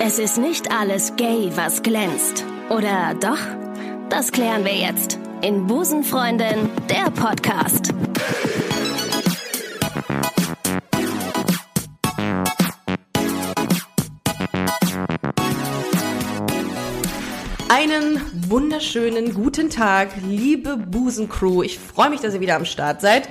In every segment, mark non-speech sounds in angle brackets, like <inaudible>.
Es ist nicht alles gay, was glänzt. Oder doch? Das klären wir jetzt in Busenfreundin, der Podcast. Einen wunderschönen guten Tag, liebe Busencrew. Ich freue mich, dass ihr wieder am Start seid.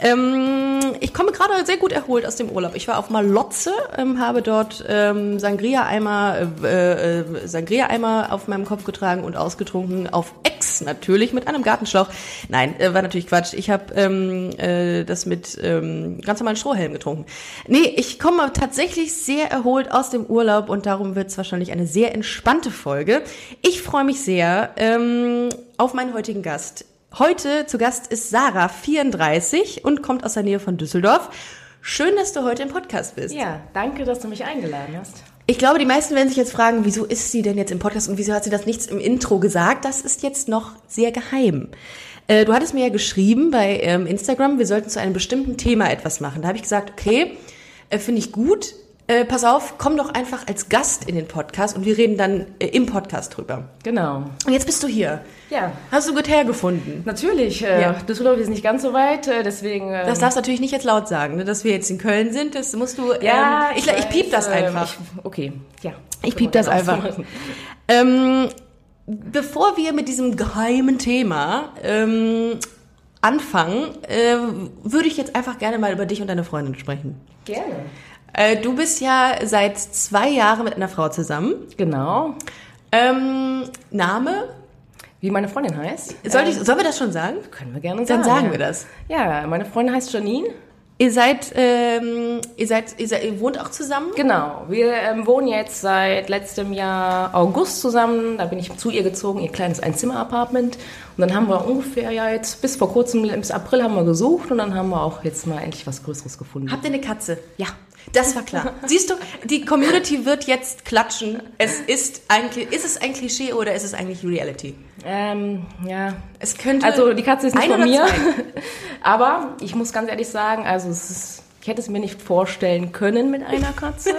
Ähm, ich komme gerade sehr gut erholt aus dem Urlaub. Ich war auf Malotze, ähm, habe dort ähm, Sangria-Eimer äh, äh, Sangria-Eimer auf meinem Kopf getragen und ausgetrunken auf Ex natürlich mit einem Gartenschlauch. Nein, äh, war natürlich Quatsch. Ich habe ähm, äh, das mit ähm, ganz normalen Strohhelm getrunken. Nee, ich komme tatsächlich sehr erholt aus dem Urlaub und darum wird es wahrscheinlich eine sehr entspannte Folge. Ich freue mich sehr ähm, auf meinen heutigen Gast. Heute zu Gast ist Sarah, 34 und kommt aus der Nähe von Düsseldorf. Schön, dass du heute im Podcast bist. Ja, danke, dass du mich eingeladen hast. Ich glaube, die meisten werden sich jetzt fragen, wieso ist sie denn jetzt im Podcast und wieso hat sie das nichts im Intro gesagt? Das ist jetzt noch sehr geheim. Äh, Du hattest mir ja geschrieben bei ähm, Instagram, wir sollten zu einem bestimmten Thema etwas machen. Da habe ich gesagt, okay, äh, finde ich gut. Äh, pass auf, komm doch einfach als Gast in den Podcast und wir reden dann äh, im Podcast drüber. Genau. Und jetzt bist du hier. Ja, Hast du gut hergefunden. natürlich. Äh, Ja. Düsseldorf ist nicht ganz so weit, äh, deswegen. ähm, Das darfst du natürlich nicht jetzt laut sagen, ne? dass wir jetzt in Köln sind. Das musst du. ja, ähm, ich, ich, weiß, piep das ähm, einfach. Ich, okay, ja. Ich piep das einfach. Ähm, bevor wir mit diesem geheimen Thema ähm, anfangen, äh, würde ich jetzt einfach gerne mal über dich und deine Freundin sprechen. Gerne. Äh, du bist ja seit zwei Jahren mit einer Frau zusammen. Genau. Ähm, Name? Wie meine Freundin heißt? Soll ich, sollen wir das schon sagen? Können wir gerne sagen. Dann sagen ja. wir das. Ja, meine Freundin heißt Janine. Ihr seid, ähm, ihr seid, ihr seid, ihr wohnt auch zusammen? Genau. Wir ähm, wohnen jetzt seit letztem Jahr August zusammen. Da bin ich zu ihr gezogen, ihr kleines Einzimmer-Apartment. Und dann haben wir ungefähr ja jetzt bis vor kurzem, bis April haben wir gesucht und dann haben wir auch jetzt mal endlich was Größeres gefunden. Habt ihr eine Katze? Ja. Das war klar. Siehst du, die Community wird jetzt klatschen. Es ist ein, Kli- ist es ein Klischee oder ist es eigentlich Reality? Ähm, ja. Es könnte. Also die Katze ist nicht Ein von oder mir. zwei? <laughs> Aber ich muss ganz ehrlich sagen, also es ist, ich hätte es mir nicht vorstellen können mit einer <laughs> Katze.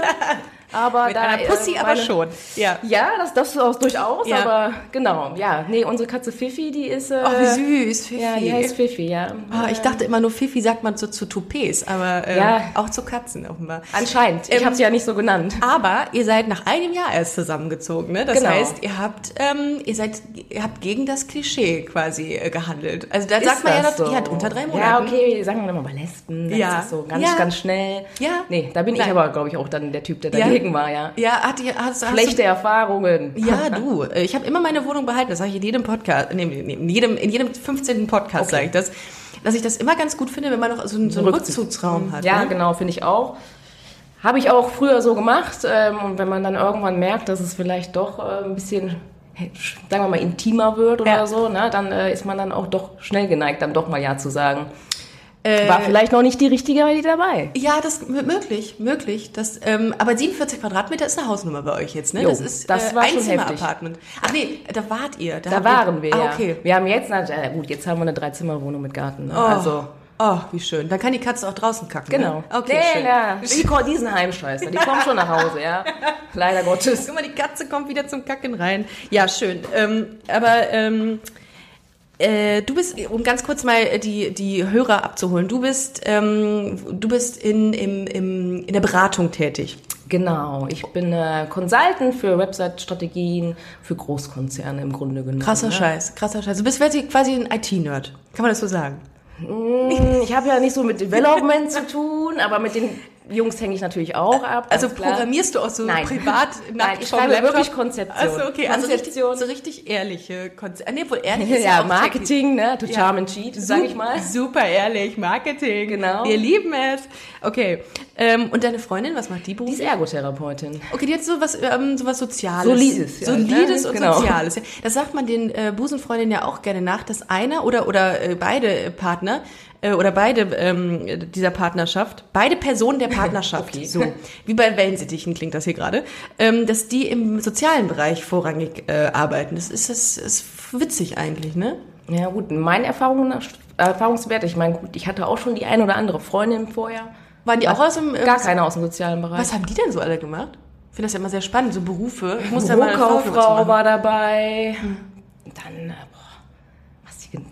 Aber Mit da, einer Pussy äh, aber meine- schon. Ja. Ja, das, das auch durchaus, Ja. aber genau, ja. Nee, unsere Katze Fifi, die ist. Äh, Oh, wie süß, Fifi. Ja, die heißt Fifi, ja. oh, ich dachte immer nur Fifi sagt man so zu Toupees, aber äh, Ja. auch zu Katzen offenbar. Anscheinend. Ich Ähm, habe sie ja nicht so genannt. Aber ihr seid nach einem Jahr erst zusammengezogen, ne? Das Genau. heißt, ihr habt, ähm, ihr seid, ihr habt gegen das Klischee quasi äh, gehandelt. Also da Ist sagt man ja, das dass- ihr hat unter drei Monaten. Ja, okay, sagen wir dann mal bei Lesben. Dann Ja. Ist das so ganz, Ja. ganz schnell. Ja. Nee, da bin Nein. ich aber, glaube ich, auch dann der Typ, der Ja. dagegen war, ja. Ja, hat ihr, hast, hast du Schlechte Erfahrungen. Ja, du. äh, Ich habe immer meine Wohnung behalten. Das sage ich in jedem Podcast, nee, nee, in jedem, in jedem 15. Podcast Okay. sage ich das, dass ich das immer ganz gut finde, wenn man noch so, einen- so einen Rückzug. Rückzugsraum hat. Ja, ne? genau, finde ich auch. Habe ich auch früher so gemacht. Ähm, und wenn man dann irgendwann merkt, dass es vielleicht doch äh, ein bisschen, hey, sch- sagen wir mal, intimer wird oder Ja. so, ne, dann äh, ist man dann auch doch schnell geneigt, dann doch mal Ja zu sagen. Äh, War vielleicht noch nicht die richtige aber die dabei. Ja, das m- möglich, möglich. Das, ähm, aber 47 Quadratmeter ist eine Hausnummer bei euch jetzt, ne? Jo, das ist das war schon Einzimmer-Apartment. Ach nee, da wart ihr. Da habt waren wir, ihr, ja. Ah, okay. Wir haben jetzt, na, äh, gut, jetzt haben wir eine Dreizimmerwohnung mit Garten. Ne? Oh, Also, oh, wie schön. Dann kann die Katze auch draußen kacken. genau. Ne? Okay, nee, schön. na, die kommen diesen Heimscheißer, die kommen schon nach Hause, <laughs> ja. Leider Gottes. Guck mal, die Katze kommt wieder zum Kacken rein. Ja, schön. Ähm, aber ähm, äh, du bist, um ganz kurz mal die, die Hörer abzuholen, du bist, ähm, du bist in, im, im, in der Beratung tätig. Genau, ich bin äh, Consultant für Website-Strategien für Großkonzerne im Grunde genommen. Krasser ne? Scheiß, krasser Scheiß. Du bist quasi ein IT-Nerd. Kann man das so sagen? Mm, Ich habe ja nicht so mit Development <laughs> zu tun, aber mit den Jungs hänge ich natürlich auch ab. Also ganz klar. programmierst du auch so Nein. privat nach <laughs> Nein, ich vom schreibe Laptop? wirklich Konzeption. Ach so, okay, also richtig, Konzeption. so richtig ehrliche Konzeption. Nee, wohl <laughs> ehrlich ist ja <laughs> Ja, auch technisch. Marketing, ne? To Ja. charm and cheat, sag ich mal. Super ehrlich, Marketing. Genau. Wir lieben es. Okay. Ähm, und deine Freundin, was macht die Die ist beruflich? Ergotherapeutin. Okay, die hat sowas, ähm, sowas Soziales. Solides, ja, Solides ne? und Genau. Soziales. ja. Das sagt man den äh, Busenfreundinnen ja auch gerne nach, dass einer oder, oder äh, beide äh, Partner äh, oder beide ähm, dieser Partnerschaft, beide Personen der <laughs> Partnerschaft, Okay. so wie bei Wellensittichen klingt das hier gerade, ähm, dass die im sozialen Bereich vorrangig äh, arbeiten. Das ist, das ist witzig eigentlich, ne? Ja gut, meine Erfahrungen, nach- Erfahrungswert, ich meine, gut, ich hatte auch schon die ein oder andere Freundin vorher. Waren die auch aus dem... Äh, Gar keine aus dem sozialen Bereich. was haben die denn so alle gemacht? Ich finde das ja immer sehr spannend, so Berufe. Ich muss da mal eine Hm. Folge zu Bürokauffrau machen. war dabei. Dann, äh, boah, was die, gen-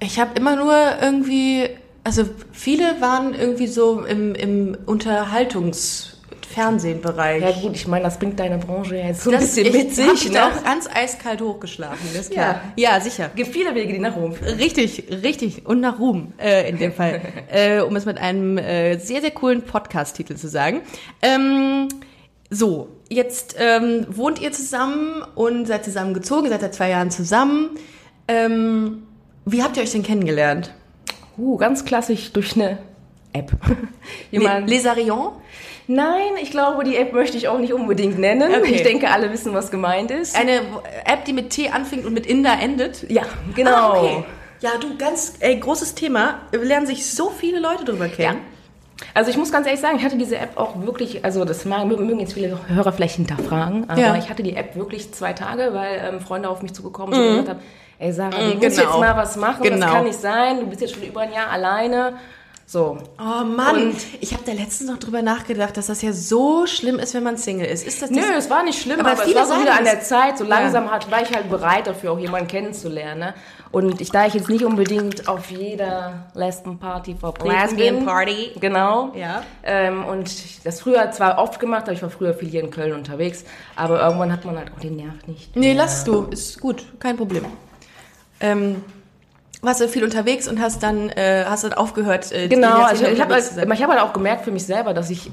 Ich habe immer nur irgendwie, also viele waren irgendwie so im, im Unterhaltungsfernsehbereich. ja gut, ich meine, das bringt deine Branche ja jetzt so ein das bisschen ich mit hab sich. Ne? auch ganz eiskalt hochgeschlafen, das ist klar. Ja, sicher. gibt viele Wege, die nach Rom führen. Richtig, richtig. Und nach Ruhm, äh, in dem Fall. äh, um es mit einem äh, sehr, sehr coolen Podcast-Titel zu sagen. Ähm, so, jetzt ähm, wohnt ihr zusammen und seid zusammengezogen, seid seit zwei Jahren zusammen. Ähm, wie habt ihr euch denn kennengelernt? Uh, ganz klassisch durch eine <laughs> App. Le Jemand, Lesarion? nein, ich glaube, die App möchte ich auch nicht unbedingt nennen. Okay. Äh, Ich denke, alle wissen, was gemeint ist. Eine App, die mit T anfängt und mit Inder endet? ja, genau. Ah, okay. Ja, du, ganz ey, großes Thema. Lernen sich so viele Leute drüber kennen. Also ich muss ganz ehrlich sagen, ich hatte diese App auch wirklich, also das mag- mögen jetzt viele Hörer vielleicht hinterfragen, aber Ja. ich hatte die App wirklich zwei Tage, weil ähm, Freunde auf mich zugekommen sind und gesagt haben, ey Sarah, du musst Mhm. genau. jetzt mal was machen, Genau. das kann nicht sein, du bist jetzt schon über ein Jahr alleine. So, Oh Mann, Und- ich habe da letztens noch drüber nachgedacht, dass das ja so schlimm ist, wenn man Single ist. Ist das Nö, das- es war nicht schlimm, Aber aber, viele es war so sagen wieder an das. der Zeit. So langsam hat, war ich halt bereit dafür, auch jemanden kennenzulernen. Ne? Und ich, da ich jetzt nicht unbedingt auf jeder Lesben Party vertreten Lesbian bin, Party. genau. Ja. Ähm, und ich das früher zwar oft gemacht, aber ich war früher viel hier in Köln unterwegs. Aber irgendwann hat man halt, oh, den nervt nicht. Nee, lass du, ist gut, kein Problem. Ähm, warst du viel unterwegs und hast dann äh, hast dann aufgehört, äh, die Genau, Jahrzehnte also ich habe unterwegs zu halt, sein? ich hab halt auch gemerkt für mich selber, dass ich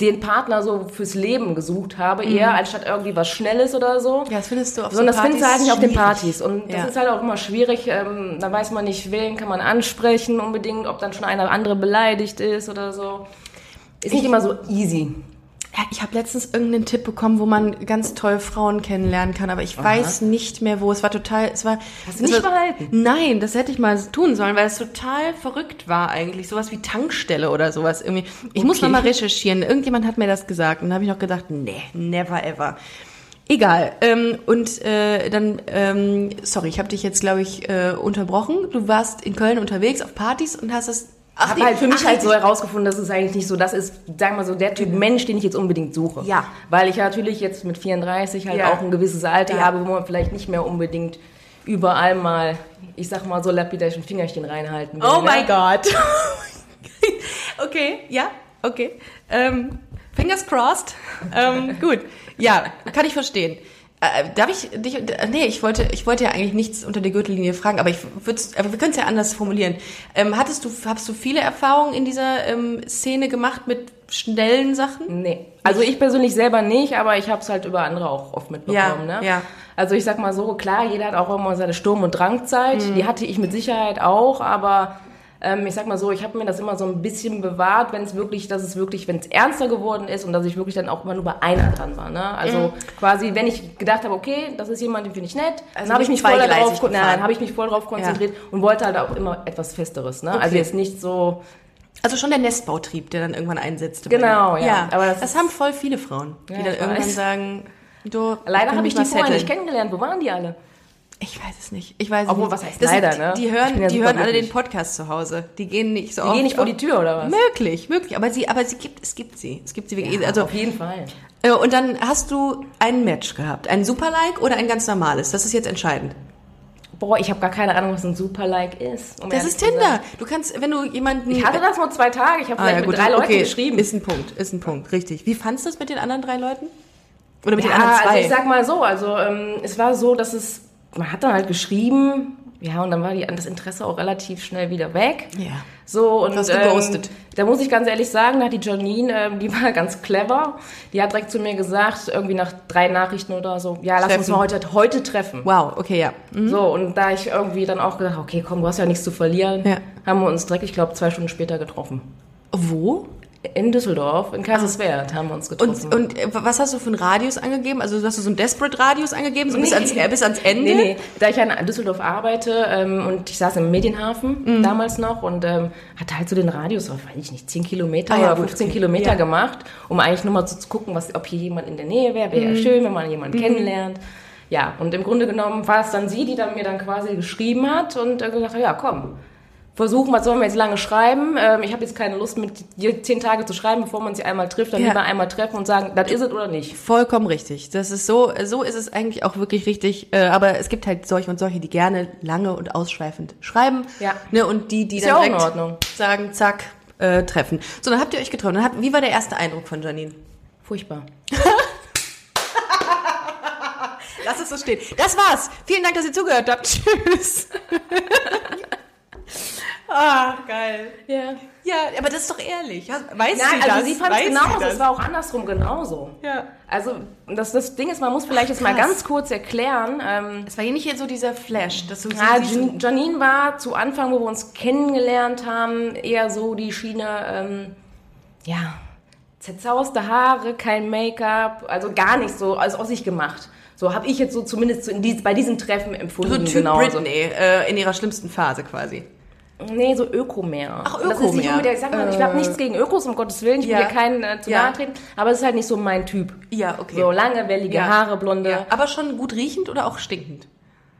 den Partner so fürs Leben gesucht habe, eher anstatt irgendwie was Schnelles oder so. Ja, das findest du auf Sondern so das findest du halt nicht auf den schwierig. Partys. Und das Ja. ist halt auch immer schwierig. Ähm, da weiß man nicht, wen kann man ansprechen unbedingt, ob dann schon einer andere beleidigt ist oder so. Ist nicht immer so easy. Ja, ich habe letztens irgendeinen Tipp bekommen, wo man ganz toll Frauen kennenlernen kann, aber ich weiß nicht mehr wo. Es war total, es war. Hast du nicht es war, behalten? Nein, das hätte ich mal tun sollen, weil es total verrückt war eigentlich. Sowas wie Tankstelle oder sowas irgendwie. Ich muss noch Okay. mal recherchieren. Irgendjemand hat mir das gesagt und da habe ich noch gedacht, nee, never ever. Egal. Ähm, und äh, dann, ähm, sorry, ich habe dich jetzt, glaube ich, äh, unterbrochen. Du warst in Köln unterwegs auf Partys und hast das. Ach, Hab die- halt für mich ach, halt die- so herausgefunden, dass es eigentlich nicht so das ist, sagen wir mal so, der Typ Mensch, den ich jetzt unbedingt suche. Ja. Weil ich ja natürlich jetzt mit 34 halt Ja. auch ein gewisses Alter Ja. habe, wo man vielleicht nicht mehr unbedingt überall mal, ich sag mal so lapidar ein Fingerchen reinhalten will. Oh ne? mein Gott. <laughs> okay, ja, okay. Ähm, fingers crossed. Ähm, gut. Ja, kann ich verstehen. Äh, darf ich dich, äh, nee, ich wollte, ich wollte ja eigentlich nichts unter der Gürtellinie fragen, aber ich würd's, aber wir können es ja anders formulieren. Ähm, hattest du, hast du viele Erfahrungen in dieser ähm, Szene gemacht mit schnellen Sachen? Nee. Also ich persönlich selber nicht, aber ich habe es halt über andere auch oft mitbekommen. Ja, ne? ja. Also ich sag mal so, klar, jeder hat auch immer seine Sturm- und Drangzeit. Mhm. Die hatte ich mit Sicherheit auch, aber ähm, ich sag mal so, ich habe mir das immer so ein bisschen bewahrt, wenn es wirklich, dass es wirklich, wenn es ernster geworden ist und dass ich wirklich dann auch immer nur bei einer dran war. Ne? Also Mhm. quasi, wenn ich gedacht habe, okay, das ist jemand, den finde ich nett, Also dann habe ich nicht mich voll zweigleisig darauf, gefahren. nein, habe ich mich voll darauf konzentriert und wollte halt auch immer etwas Festeres. Ne? Also jetzt nicht so Also schon der Nestbautrieb, der dann irgendwann einsetzte. bei Genau, dir. ja. ja. Aber das, das ist- haben voll viele Frauen, die Ja, dann ich irgendwann weiß. sagen, du, Leider können habe mich ich die mal vorher setteln. nicht kennengelernt. Wo waren die alle? Ich weiß es nicht. Ich weiß Obwohl, es nicht. was heißt leider, ne? Die Ich hören, bin ja die super hören alle den glücklich. Podcast zu Hause. Die gehen nicht so Die oft. gehen nicht vor auf- die Tür oder was? Möglich, möglich. Aber sie, aber sie gibt, es gibt sie. Es gibt sie wirklich. also, auf jeden Fall. äh, und dann hast du ein Match gehabt. Ein Super-Like oder ein ganz normales? Das ist jetzt entscheidend. Boah, ich habe gar keine Ahnung, was ein Super-Like ist. um Das ehrlich ist zu sein. Tinder. Du kannst, wenn du jemanden... Ich hatte das nur zwei Tage. Ich habe Ah, vielleicht ja, mit gut, drei Leuten okay. geschrieben. Ist ein Punkt, ist ein Punkt. Richtig. Wie fandst du es mit den anderen drei Leuten? Oder mit ja, den anderen zwei? also ich sag mal so. Also ähm, es war so, dass es man hat dann halt geschrieben. Ja, und dann war die, das Interesse auch relativ schnell wieder weg. ja. So, und Du hast geghostet. Ähm, da muss ich ganz ehrlich sagen, da hat die Janine, ähm, die war <laughs> ganz clever. Die hat direkt zu mir gesagt, irgendwie nach drei Nachrichten oder so, ja, lass uns Treffen. mal heute, heute treffen. Wow, okay, ja. Mhm. So, und da ich irgendwie dann auch gedacht, okay, komm, du hast ja nichts zu verlieren, Ja. haben wir uns direkt, ich glaube, zwei Stunden später getroffen. Wo? In Düsseldorf, in Kaiserswerth haben wir uns getroffen. Und, und äh, was hast du für einen Radius angegeben? Also hast du so einen Desperate Radius angegeben, so bis, Nee. ans, äh, bis ans Ende? Nee, nee, da ich ja in Düsseldorf arbeite ähm, und ich saß im Medienhafen Mhm. damals noch und ähm, hatte halt so den Radius, auf, weiß ich nicht, 10 Kilometer Ah ja, oder gut, 15 okay. Kilometer Ja. gemacht, um eigentlich nur mal so zu gucken, was, ob hier jemand in der Nähe wäre. Mhm. Wäre ja schön, wenn man jemanden kennenlernt. Ja, und im Grunde genommen war es dann sie, die dann mir dann quasi geschrieben hat und äh, gesagt hat, ja komm, versuchen, was sollen wir jetzt lange schreiben? Ähm, ich habe jetzt keine Lust, mit dir zehn Tage zu schreiben, bevor man sie einmal trifft. Dann Ja. lieber einmal treffen und sagen, das ist es oder nicht. Vollkommen richtig. Das ist so, so ist es eigentlich auch wirklich richtig. Äh, aber es gibt halt solche und solche, die gerne lange und ausschweifend schreiben. Ja. Ne, und die, die Ist dann ja auch in direkt Ordnung. sagen, zack, äh, treffen. So, dann habt ihr euch getroffen. Dann habt, wie war der erste Eindruck von Janine? Furchtbar. Lass es so stehen. Das war's. Vielen Dank, dass ihr zugehört habt. <laughs> Tschüss. ah, geil. Ja. Ja, aber das ist doch ehrlich. Hast- Weiß Nein, sie also das? sie fand Weiß es genauso. das? Es war auch andersrum genauso. Ja. Also das, das Ding ist, man muss vielleicht jetzt mal krass. ganz kurz erklären. Ähm, Es war hier nicht hier so dieser Flash, dass du ja, siehst- Jan- Janine war zu Anfang, wo wir uns kennengelernt haben, eher so die Schiene, ähm, ja, zerzauste Haare, kein Make-up, also gar nicht so, also aus sich gemacht. So habe ich jetzt so zumindest so in dies, bei diesen Treffen so empfunden. Typ genauso. Britney äh, in ihrer schlimmsten Phase quasi. Nee, so Öko mehr. Ach, Öko Das ist die mehr. Äh. Jugend, der- ich sag mal, ich habe nichts gegen Ökos, um Gottes Willen, ich Ja. will hier keinen äh, zu Ja. nahe treten, aber es ist halt nicht so mein Typ. Ja, okay. So lange, wellige Ja. Haare, blonde. Ja, aber schon gut riechend oder auch stinkend?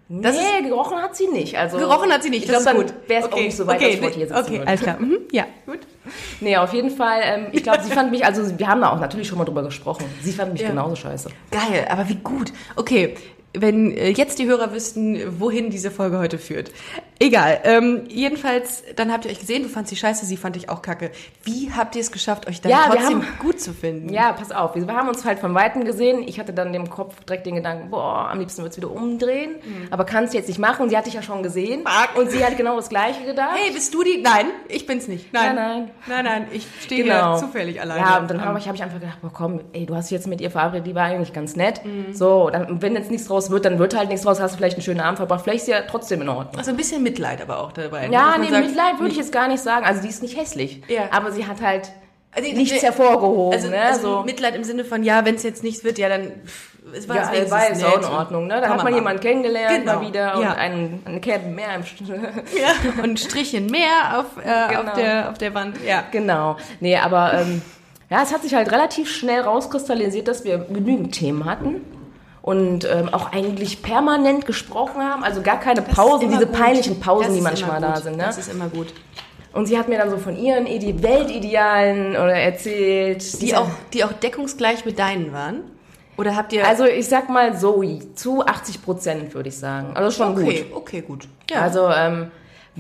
Das nee, gerochen hat sie nicht. Also, Gerochen hat sie nicht, Ich das glaube, dann ist gut. wäre es auch nicht so weit, okay, das Wort hier sitzen Okay, würde. alles klar. Mhm, ja, gut. Nee, auf jeden Fall. Ähm, ich glaube, sie fand mich, also wir haben da auch natürlich schon mal drüber gesprochen. Sie fand mich Ja. genauso scheiße. Geil, aber wie gut. Okay, wenn äh, jetzt die Hörer wüssten, wohin diese Folge heute führt. Egal. Ähm, jedenfalls, dann habt ihr euch gesehen, du fandst sie scheiße, sie fand ich auch kacke. Wie habt ihr es geschafft, euch dann Ja, wir trotzdem gut zu finden? Ja, pass auf, wir haben uns halt von Weitem gesehen. Ich hatte dann im Kopf direkt den Gedanken, boah, am liebsten wird's wieder umdrehen. Aber kannst du jetzt nicht machen. Und sie hatte ich ja schon gesehen. Mhm. Fuck. Und sie hat genau das Gleiche gedacht. Hey, bist du die? Nein, ich bin's nicht. Nein, Nein, nein, nein ich stehe Genau. hier zufällig alleine. Ja, und dann habe ich, hab ich einfach gedacht, boah, komm, ey, du hast dich jetzt mit ihr verabredet, die war eigentlich ganz nett. Mhm. So, dann, wenn jetzt nichts draus wird, dann wird halt nichts draus, hast du vielleicht einen schönen Abend verbracht. Vielleicht ist sie ja trotzdem in Ordnung. Also ein bisschen Mitleid aber auch dabei. ne? dass Ja, man nee, sagt, Mitleid würde ich jetzt gar nicht sagen. Also die ist nicht hässlich. Ja. Aber sie hat halt Also, die- nichts die- hervorgehoben. Also, ne? also so. Mitleid im Sinne von, ja, wenn es jetzt nichts wird, ja, dann pff, es war ja, es ich weiß, ist nicht. auch in Ordnung. Ne? Da Kann hat man machen. jemanden kennengelernt, Genau. mal wieder, Ja. und einen, einen Kerben mehr im Sch- <laughs> Ja. Und ein Strichchen mehr auf, äh, auf, Genau. der, auf der Wand. Ja. Genau. Nee, aber ähm, ja, es hat sich halt relativ schnell rauskristallisiert, dass wir genügend Themen hatten. Und ähm, auch eigentlich permanent gesprochen haben, also gar keine Das ist Pausen, immer diese gut. peinlichen Pausen, Das die ist manchmal immer da gut. sind. Ne? Das ist immer gut. Und sie hat mir dann so von ihren Ide Weltidealen oder erzählt. Die auch, die auch deckungsgleich mit deinen waren? Oder habt ihr... Also ich sag mal so, zu 80 Prozent würde ich sagen. Also schon okay, gut. okay, gut. Also ähm,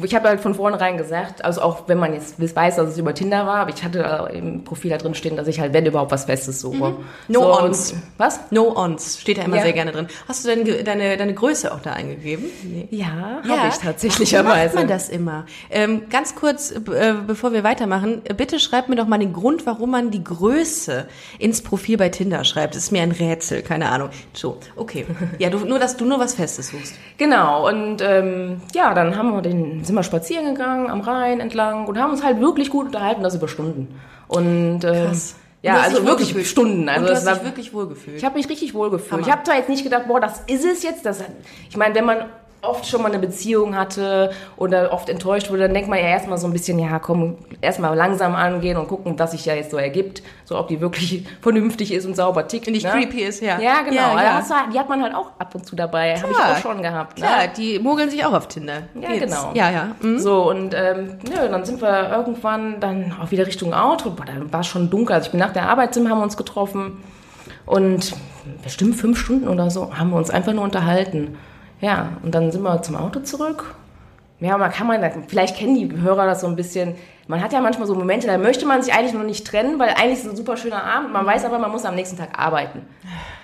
ich habe halt von vornherein gesagt, also auch wenn man jetzt weiß, dass es über Tinder war, aber ich hatte äh, im Profil da drin stehen, dass ich halt, wenn überhaupt, was Festes suche. Mhm. No so, ons. Und, was? No ons steht da immer Ja. sehr gerne drin. Hast du denn ge- deine, deine Größe auch da eingegeben? Nee. Ja, Ja. hab ich Wie macht man tatsächlicherweise. das immer? Ähm, ganz kurz, b- äh, bevor wir weitermachen, äh, bitte schreibt mir doch mal den Grund, warum man die Größe ins Profil bei Tinder schreibt. Das ist mir ein Rätsel, keine Ahnung. So, okay. Ja, du, nur, dass du nur was Festes suchst. Genau, und ähm, ja, dann haben wir den, sind wir spazieren gegangen am Rhein entlang und haben uns halt wirklich gut unterhalten, das über Stunden. Und ähm, Krass. ja, Und du hast also dich wirklich wohlgefühlt. Stunden. Also Und du hast das war dich wirklich wohlgefühlt. Ich habe mich richtig wohl gefühlt. Hammer. Ich habe zwar jetzt nicht gedacht, boah, das ist es jetzt. Das, ich meine, wenn man oft schon mal eine Beziehung hatte oder oft enttäuscht wurde, dann denkt man ja erstmal so ein bisschen, ja, komm, erstmal langsam angehen und gucken, was sich ja jetzt so ergibt. So, ob die wirklich <laughs> vernünftig ist und sauber tickt. Und nicht ne? creepy ist, ja. Ja, genau. Ja, Da ja. Hast du, halt- die hat man halt auch ab und zu dabei. Habe ich Klar. auch schon gehabt. Ne? Klar, die mogeln sich auch auf Tinder. Ja, Geht's. genau. Ja, ja. Mhm. So, und ähm, nö, dann sind wir irgendwann dann auch wieder Richtung Auto. Boah, dann war es schon dunkel. Also ich bin nach der Arbeit, sind, haben wir uns getroffen. Und bestimmt fünf Stunden oder so haben wir uns einfach nur unterhalten. Ja, und dann sind wir zum Auto zurück. Ja, man kann man, vielleicht kennen die Hörer das so ein bisschen. Man hat ja manchmal so Momente, da möchte man sich eigentlich noch nicht trennen, weil eigentlich ist es ein super schöner Abend. Man weiß aber, man muss am nächsten Tag arbeiten.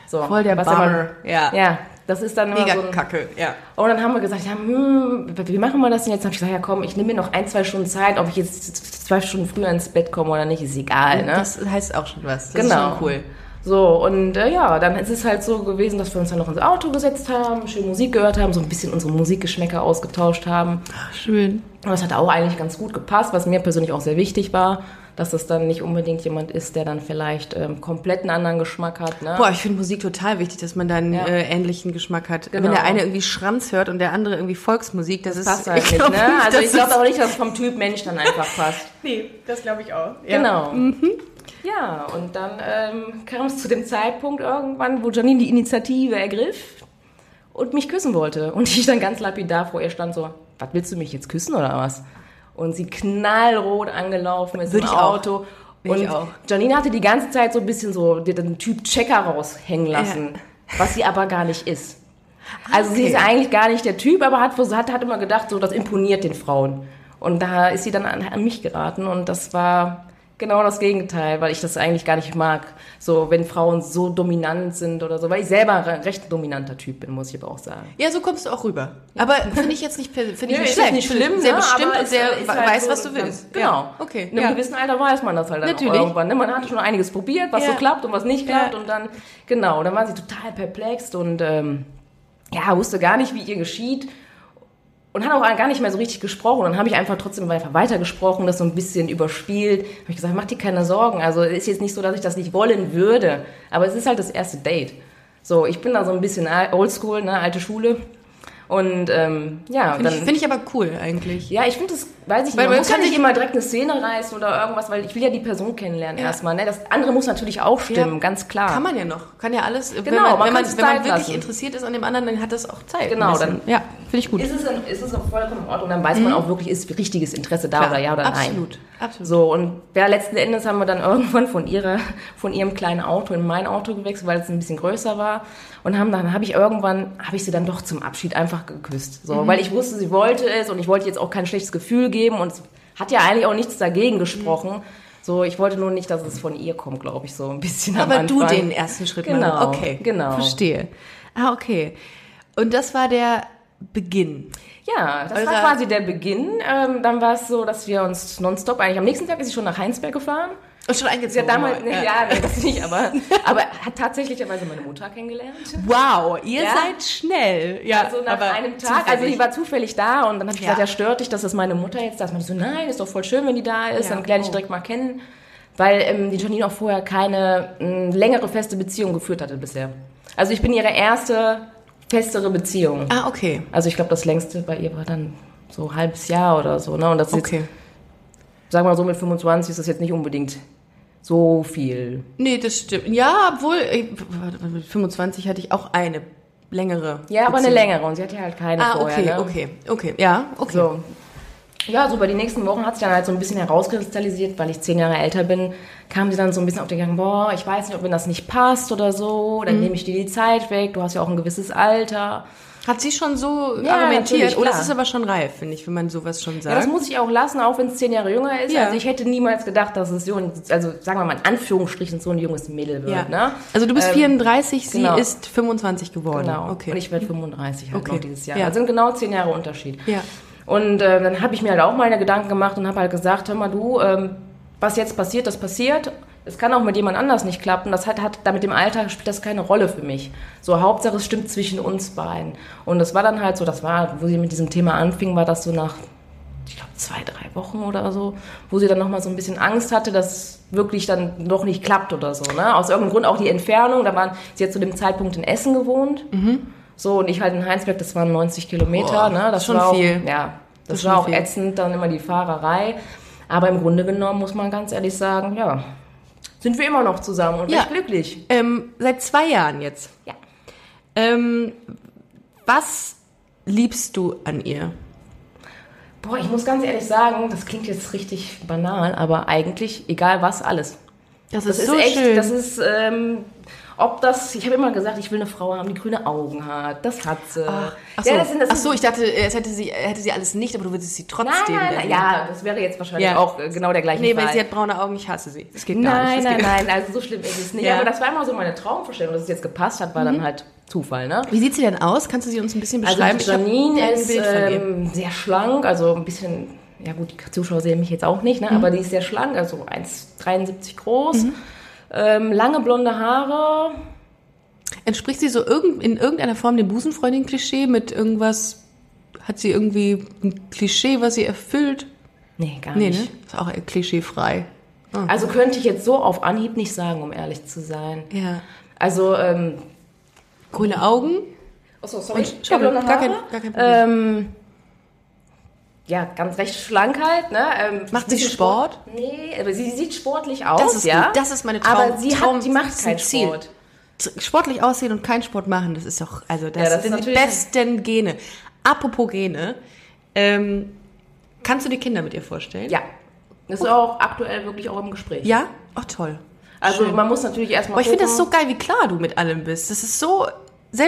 So, Mhm. Voll der was Bummer. immer- Ja. ja, das ist dann immer Mega so ein, kacke, ja. und dann haben wir gesagt, ja, hm, wie machen wir das denn jetzt? Dann habe ich gesagt, ja komm, ich nehme mir noch ein, zwei Stunden Zeit, ob ich jetzt zwei Stunden früher ins Bett komme oder nicht, ist egal. Ne? Das heißt auch schon was. Das Genau. ist schon cool. So, und äh, ja, dann ist es halt so gewesen, dass wir uns dann noch ins Auto gesetzt haben, schön Musik gehört haben, so ein bisschen unsere Musikgeschmäcker ausgetauscht haben. Schön. Und das hat auch eigentlich ganz gut gepasst, was mir persönlich auch sehr wichtig war, dass das dann nicht unbedingt jemand ist, der dann vielleicht ähm, komplett einen anderen Geschmack hat. Ne? Boah, ich finde Musik total wichtig, dass man da einen Ja. äh, ähnlichen Geschmack hat. Wenn Genau. der eine irgendwie Schranz hört und der andere irgendwie Volksmusik, das, ist passt halt ich nicht, glaub ne? <laughs> Also das ich glaube ist- <laughs> auch nicht, dass es vom Typ Mensch dann einfach passt. Nee, das glaube ich auch. Genau. Mhm. Ja, und dann ähm, kam es zu dem Zeitpunkt irgendwann, wo Janine die Initiative ergriff und mich küssen wollte. Und ich dann ganz lapidar vor ihr stand so, was willst du mich jetzt küssen oder was? und sie knallrot angelaufen ist Würde im ich auch. Auto. Würde und ich auch. Janine hatte die ganze Zeit so ein bisschen so den Typ Checker raushängen lassen, was sie aber gar nicht ist. Also sie ist okay. eigentlich gar nicht der Typ, aber hat, hat, hat immer gedacht, so das imponiert den Frauen. Und da ist sie dann an, an mich geraten und das war genau das Gegenteil, weil ich das eigentlich gar nicht mag, so wenn Frauen so dominant sind oder so, weil ich selber ein recht dominanter Typ bin, muss ich aber auch sagen. Ja, so kommst du auch rüber. Aber finde ich jetzt nicht, per- <laughs> finde ich Nö, nicht ist schlecht. nicht schlimm, sehr ne, bestimmt aber und es sehr ist we- halt weiß, so was du ganz- willst. Genau. Ja. Okay. In einem Ja. gewissen Alter weiß man das halt dann Natürlich. Auch irgendwann. Ne? Man hatte schon einiges probiert, was Ja. so klappt und was nicht klappt. Ja. Und dann, genau, dann war sie total perplex und ähm, ja, wusste gar nicht, wie ihr geschieht. Und hat auch gar nicht mehr so richtig gesprochen. Und dann habe ich einfach trotzdem einfach weitergesprochen, das so ein bisschen überspielt. Habe ich gesagt, mach dir keine Sorgen. Also es ist jetzt nicht so, dass ich das nicht wollen würde. Aber es ist halt das erste Date. So, ich bin da so ein bisschen al- oldschool, ne, alte Schule. Und ähm, ja, Finde ich, finde ich aber cool eigentlich. ja, ich finde das, weiß ich Weil nicht, man man kann kann nicht sich- immer direkt eine Szene reißen oder irgendwas, weil ich will ja die Person kennenlernen Ja. erstmal. Ne? Das andere muss natürlich auch stimmen, Ja. ganz klar. Kann man ja noch. Kann ja alles. wenn Genau, man, man wenn man, kann's wenn man Zeit wirklich lassen. interessiert ist an dem anderen, dann hat das auch Zeit. ein Genau, bisschen. Ja, finde ich gut. ist es, in, ist es auch vollkommen in Ordnung, dann weiß man auch wirklich, ist richtiges Interesse da Mhm. Klar, oder ja oder nein. absolut, absolut. So, und ja, letzten Endes haben wir dann <laughs> irgendwann von ihrer, von ihrem kleinen Auto in mein Auto gewechselt, weil es ein bisschen größer war. Und haben dann, habe ich irgendwann, habe ich sie dann doch zum Abschied einfach geküsst. So, Mhm. weil ich wusste, sie wollte es und ich wollte jetzt auch kein schlechtes Gefühl geben und es hat ja eigentlich auch nichts dagegen gesprochen. Mhm. So, ich wollte nur nicht, dass es von ihr kommt, glaube ich, so ein bisschen Aber am du Anfang. den ersten Schritt Genau, machen. Okay, genau. Verstehe. Ah, okay. Und das war der Beginn. Ja, das Eurer- war quasi der Beginn. Ähm, dann war es so, dass wir uns nonstop eigentlich am nächsten Tag ist sie schon nach Heinsberg gefahren. Und schon Sie eingezogen. hat damals, war. ja, ja nee, das nicht, aber, aber hat tatsächlicherweise meine Mutter kennengelernt. <laughs> Wow, ihr Ja. seid schnell. Ja, Also nach aber einem Tag, also zufällig. die war zufällig da und dann habe ich Ja. gesagt, ja, stört dich, dass das meine Mutter jetzt da ist. Man so, nein, ist doch voll schön, wenn die da ist, Ja, dann lerne ich oh. direkt mal kennen. Weil ähm, die Janine auch vorher keine m, längere feste Beziehung geführt hatte bisher. Also ich bin ihre erste festere Beziehung. Ah, okay. Also ich glaube, das längste bei ihr war dann so ein halbes Jahr oder so. Ne? Und das ist jetzt Okay. sagen wir mal so, mit 25 ist das jetzt nicht unbedingt so viel. Nee, das stimmt. Ja, obwohl, äh, warte mal, mit 25 hatte ich auch eine längere. Ja, aber eine Beziehung. längere und sie hatte halt keine Ah, vorher. okay, ne? okay, okay. Ja, okay. So. Ja, so über die nächsten Wochen hat sich dann halt so ein bisschen herauskristallisiert, weil ich zehn Jahre älter bin, kam sie dann so ein bisschen auf den Gang, boah, ich weiß nicht, ob mir das nicht passt oder so, Mhm. dann nehme ich dir die Zeit weg, du hast ja auch ein gewisses Alter. Hat sie schon so Ja, argumentiert? natürlich, Oh, das klar. ist aber schon reif, finde ich, wenn man sowas schon Ja, das sagt. muss ich auch lassen, auch wenn es zehn Jahre jünger ist. Ja. Also ich hätte niemals gedacht, dass es so ein, also sagen wir mal in Anführungsstrichen, so ein junges Mädel wird. Ne? Also du bist Ähm, 34, sie genau. ist 25 geworden. Genau. Okay. Und ich werde 35 halt Okay. noch dieses Jahr. Ja. Also sind genau zehn Jahre Unterschied. Ja. Und äh, dann habe ich mir halt auch meine Gedanken gemacht und habe halt gesagt, hör mal du, ähm, was jetzt passiert, das passiert. Es kann auch mit jemand anders nicht klappen. Das hat, hat da mit dem Alltag spielt das keine Rolle für mich. So Hauptsache es stimmt zwischen uns beiden. Und das war dann halt so, das war, wo sie mit diesem Thema anfing, war das so nach ich glaube, zwei, drei Wochen oder so, wo sie dann nochmal so ein bisschen Angst hatte, dass es wirklich dann doch nicht klappt oder so. Ne? Aus irgendeinem Grund auch die Entfernung. Da waren, sie hat zu dem Zeitpunkt in Essen gewohnt. Mhm. So, und ich halt in Heinsberg, das waren 90 Boah, Kilometer. ne? schon war auch, viel. Ja, das, ist schon war auch viel. ätzend, dann immer die Fahrerei. Aber im Grunde genommen muss man ganz ehrlich sagen, ja, sind wir immer noch zusammen und Ja. recht glücklich. Ähm, seit zwei Jahren jetzt. Ja. Ähm, was liebst du an ihr? Boah, ich muss ganz ehrlich sagen, das klingt jetzt richtig banal, aber eigentlich, egal was, alles. Das ist echt, das ist, ähm, ob das, ich habe immer gesagt, ich will eine Frau haben, die grüne Augen hat. Das hat sie. Ach so, ja, das sind, das ach sind- so ich dachte, es hätte sie, hätte sie alles nicht, aber du würdest sie trotzdem. nein, nein, lieben. nein, ja, das wäre jetzt wahrscheinlich Ja. auch äh, genau der gleiche Nee, Fall. weil sie hat braune Augen, ich hasse sie. Das geht gar nein, nicht. Das nein, geht nein, also so schlimm ist es nicht. Ja. Mhm. Aber das war immer so meine Traumvorstellung, dass es jetzt gepasst hat, war dann halt Zufall, ne? Wie sieht sie denn aus? Kannst du sie uns ein bisschen Also beschreiben? Ich hab Janine kein ist Bild von ihr. ähm, sehr schlank, also ein bisschen, ja gut, die Zuschauer sehen mich jetzt auch nicht, Mhm. ne? aber die ist sehr schlank, also 1,73 groß, ähm, lange blonde Haare, Entspricht sie so irgend, in irgendeiner Form dem Busenfreundin-Klischee mit irgendwas? Hat sie irgendwie ein Klischee, was sie erfüllt? nee, gar Nee, nicht. ne? Ah. Ist auch eher klischeefrei. Also könnte ich jetzt so auf Anhieb nicht sagen, um ehrlich zu sein. Ja. Also, ähm, Grüne Augen? achso, sorry, Und Entschuldigung, Schablone gar kein- Haare. gar kein Problem. Ähm, ja, ganz recht schlank halt. Ne? Ähm, Macht sie bisschen Sport? Nee, aber sie sieht sportlich aus. Das ist ja. gut, das ist meine Traum- Aber sie Traum- hat, die macht das ist ein kein Ziel. Sport. Sportlich aussehen und keinen Sport machen, das ist doch, also das, Ja, das ist sind die natürlich- besten Gene. Apropos Gene, ähm, Kannst du dir Kinder mit ihr vorstellen? Ja. Das ist auch aktuell wirklich auch im Gespräch. Ja? Ach toll. Also man muss natürlich erstmal. Aber ich finde das gucken. so geil, wie klar du mit allem bist. Das ist so